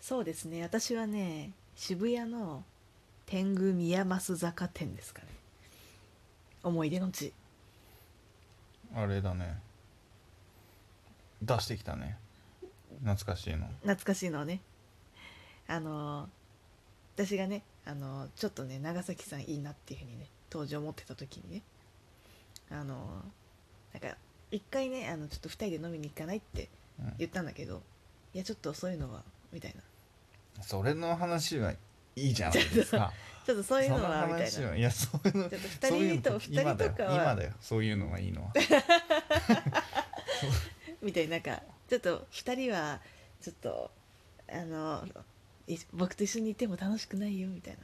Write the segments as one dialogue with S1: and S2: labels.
S1: そうですね私はね渋谷の天狗宮益坂店ですかね思い出の地
S2: あれだね出してきたね懐かしいの
S1: 懐かしいのをねあのー私がねあのーちょっとね長崎さんいいなっていうふうにね当時思ってた時にねあのーなんか一回ねあのちょっと2人で飲みに行かないって
S2: うん
S1: 言ったんだけどいやちょっとそういうのはみたいな
S2: それの話はいいじゃないですか
S1: ちょっと そういうのはみたいなち
S2: そ
S1: ょ
S2: の話
S1: っ
S2: はいやそういうの
S1: と
S2: そうい
S1: 2
S2: う
S1: 人と
S2: の
S1: 二人とか
S2: 今だよ今
S1: は
S2: だよそういうのがいいの は
S1: みたいななんかちょっと2人はちょっとあのい僕と一緒にいても楽しくないよみたいな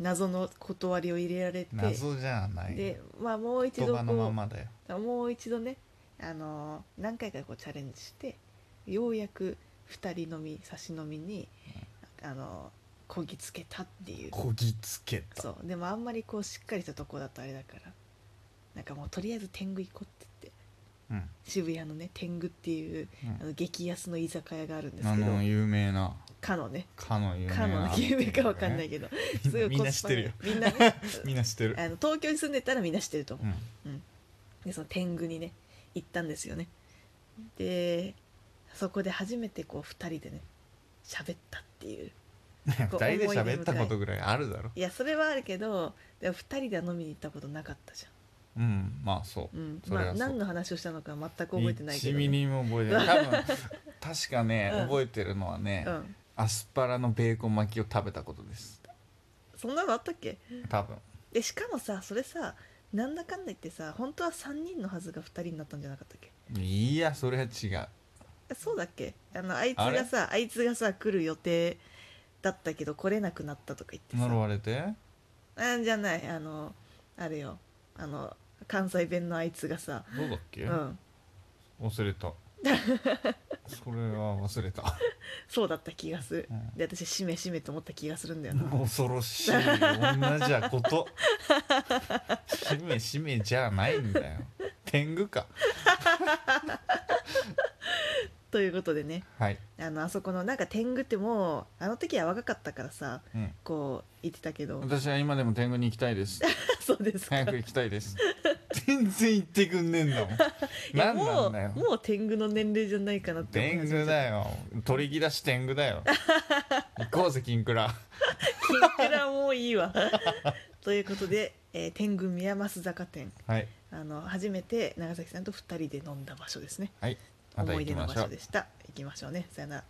S1: 謎の断りを入れられて
S2: 謎じゃない
S1: で、まあ、もう一
S2: 言
S1: 度
S2: 葉のま
S1: こ
S2: まだよ
S1: うもう一度ねあの何回かこうチャレンジしてようやく2人飲み差し飲みに、あのこぎつけたっていう
S2: こぎつけた
S1: そうでもあんまりこうしっかりしたとこだとあれだからなんかもうとりあえず天狗行こうって言って
S2: うん
S1: 渋谷のね天狗っていうあ
S2: う
S1: の激安の居酒屋があるんで
S2: ん、
S1: す
S2: あ
S1: けど
S2: の有名な
S1: かのね
S2: かの有名な
S1: かの有名かわかんないけ
S2: け
S1: ど
S2: ど
S1: すごい
S2: みん
S1: コ
S2: な
S1: ス
S2: 知っ
S1: パ
S2: てるよ
S1: ねみんなね
S2: みんな知ってる
S1: あの東京に住んでたらみんな知ってると思
S2: うん
S1: うでその天狗にね行ったんですよねでそこで初めてこう2人でね喋ったっていう
S2: 二
S1: こ
S2: 人
S1: う
S2: で喋ったことぐらいあるだろ
S1: いやそれはあるけどでも2人で飲みに行ったことなかったじ
S2: うんまあそう
S1: ゃん、うん
S2: それは
S1: まあ、
S2: そう
S1: 何の話をしたのか全く覚えてないけ
S2: 1
S1: どね、
S2: ミリも覚えてない多分確かね、
S1: うん
S2: 覚えてるのはね、
S1: うん、
S2: アスパラのベーコン巻きを食べたことです
S1: そんなのあったっけ
S2: 多分
S1: でしかもさそれさなんだかんだ言ってさ本当は3人のはずが2人になったんじゃなかったっけ
S2: いやそれは違う
S1: えそうだっけあのあいつがさあいつがさ来る予定だったけど来れなくなったとか言って
S2: 呪
S1: さ
S2: われて
S1: あじゃないあのあれよあの関西弁のあいつがさ
S2: どうだっけ、
S1: うん
S2: 忘れたそれは忘れた、
S1: そうだった気がする
S2: うん
S1: で私しめしめと思った気がするんだよな
S2: 恐ろしい女じゃことしめしめじゃないんだよ天狗か
S1: ということでね
S2: はい、
S1: あのあそこのなんか天狗ってもうあの時は若かったからさ
S2: うん、
S1: こう言ってたけど
S2: 私は今でも天狗に行きたいです
S1: そうですか
S2: 早く行きた いです全然行ってくんねえんだもん
S1: いや
S2: 何なんだよ
S1: もうもう天狗の年齢じゃないかなって
S2: 天狗だよ取り切らし天狗だよ行こうぜキンクラ
S1: キンクラもういいわ ということで、えー天狗宮益坂店
S2: はい
S1: あの初めて長崎さんと2人で飲んだ場所ですね
S2: また
S1: 思い
S2: 行き
S1: 出の
S2: ま
S1: 場
S2: しょ
S1: 所
S2: う
S1: でした行きましょうねさよなら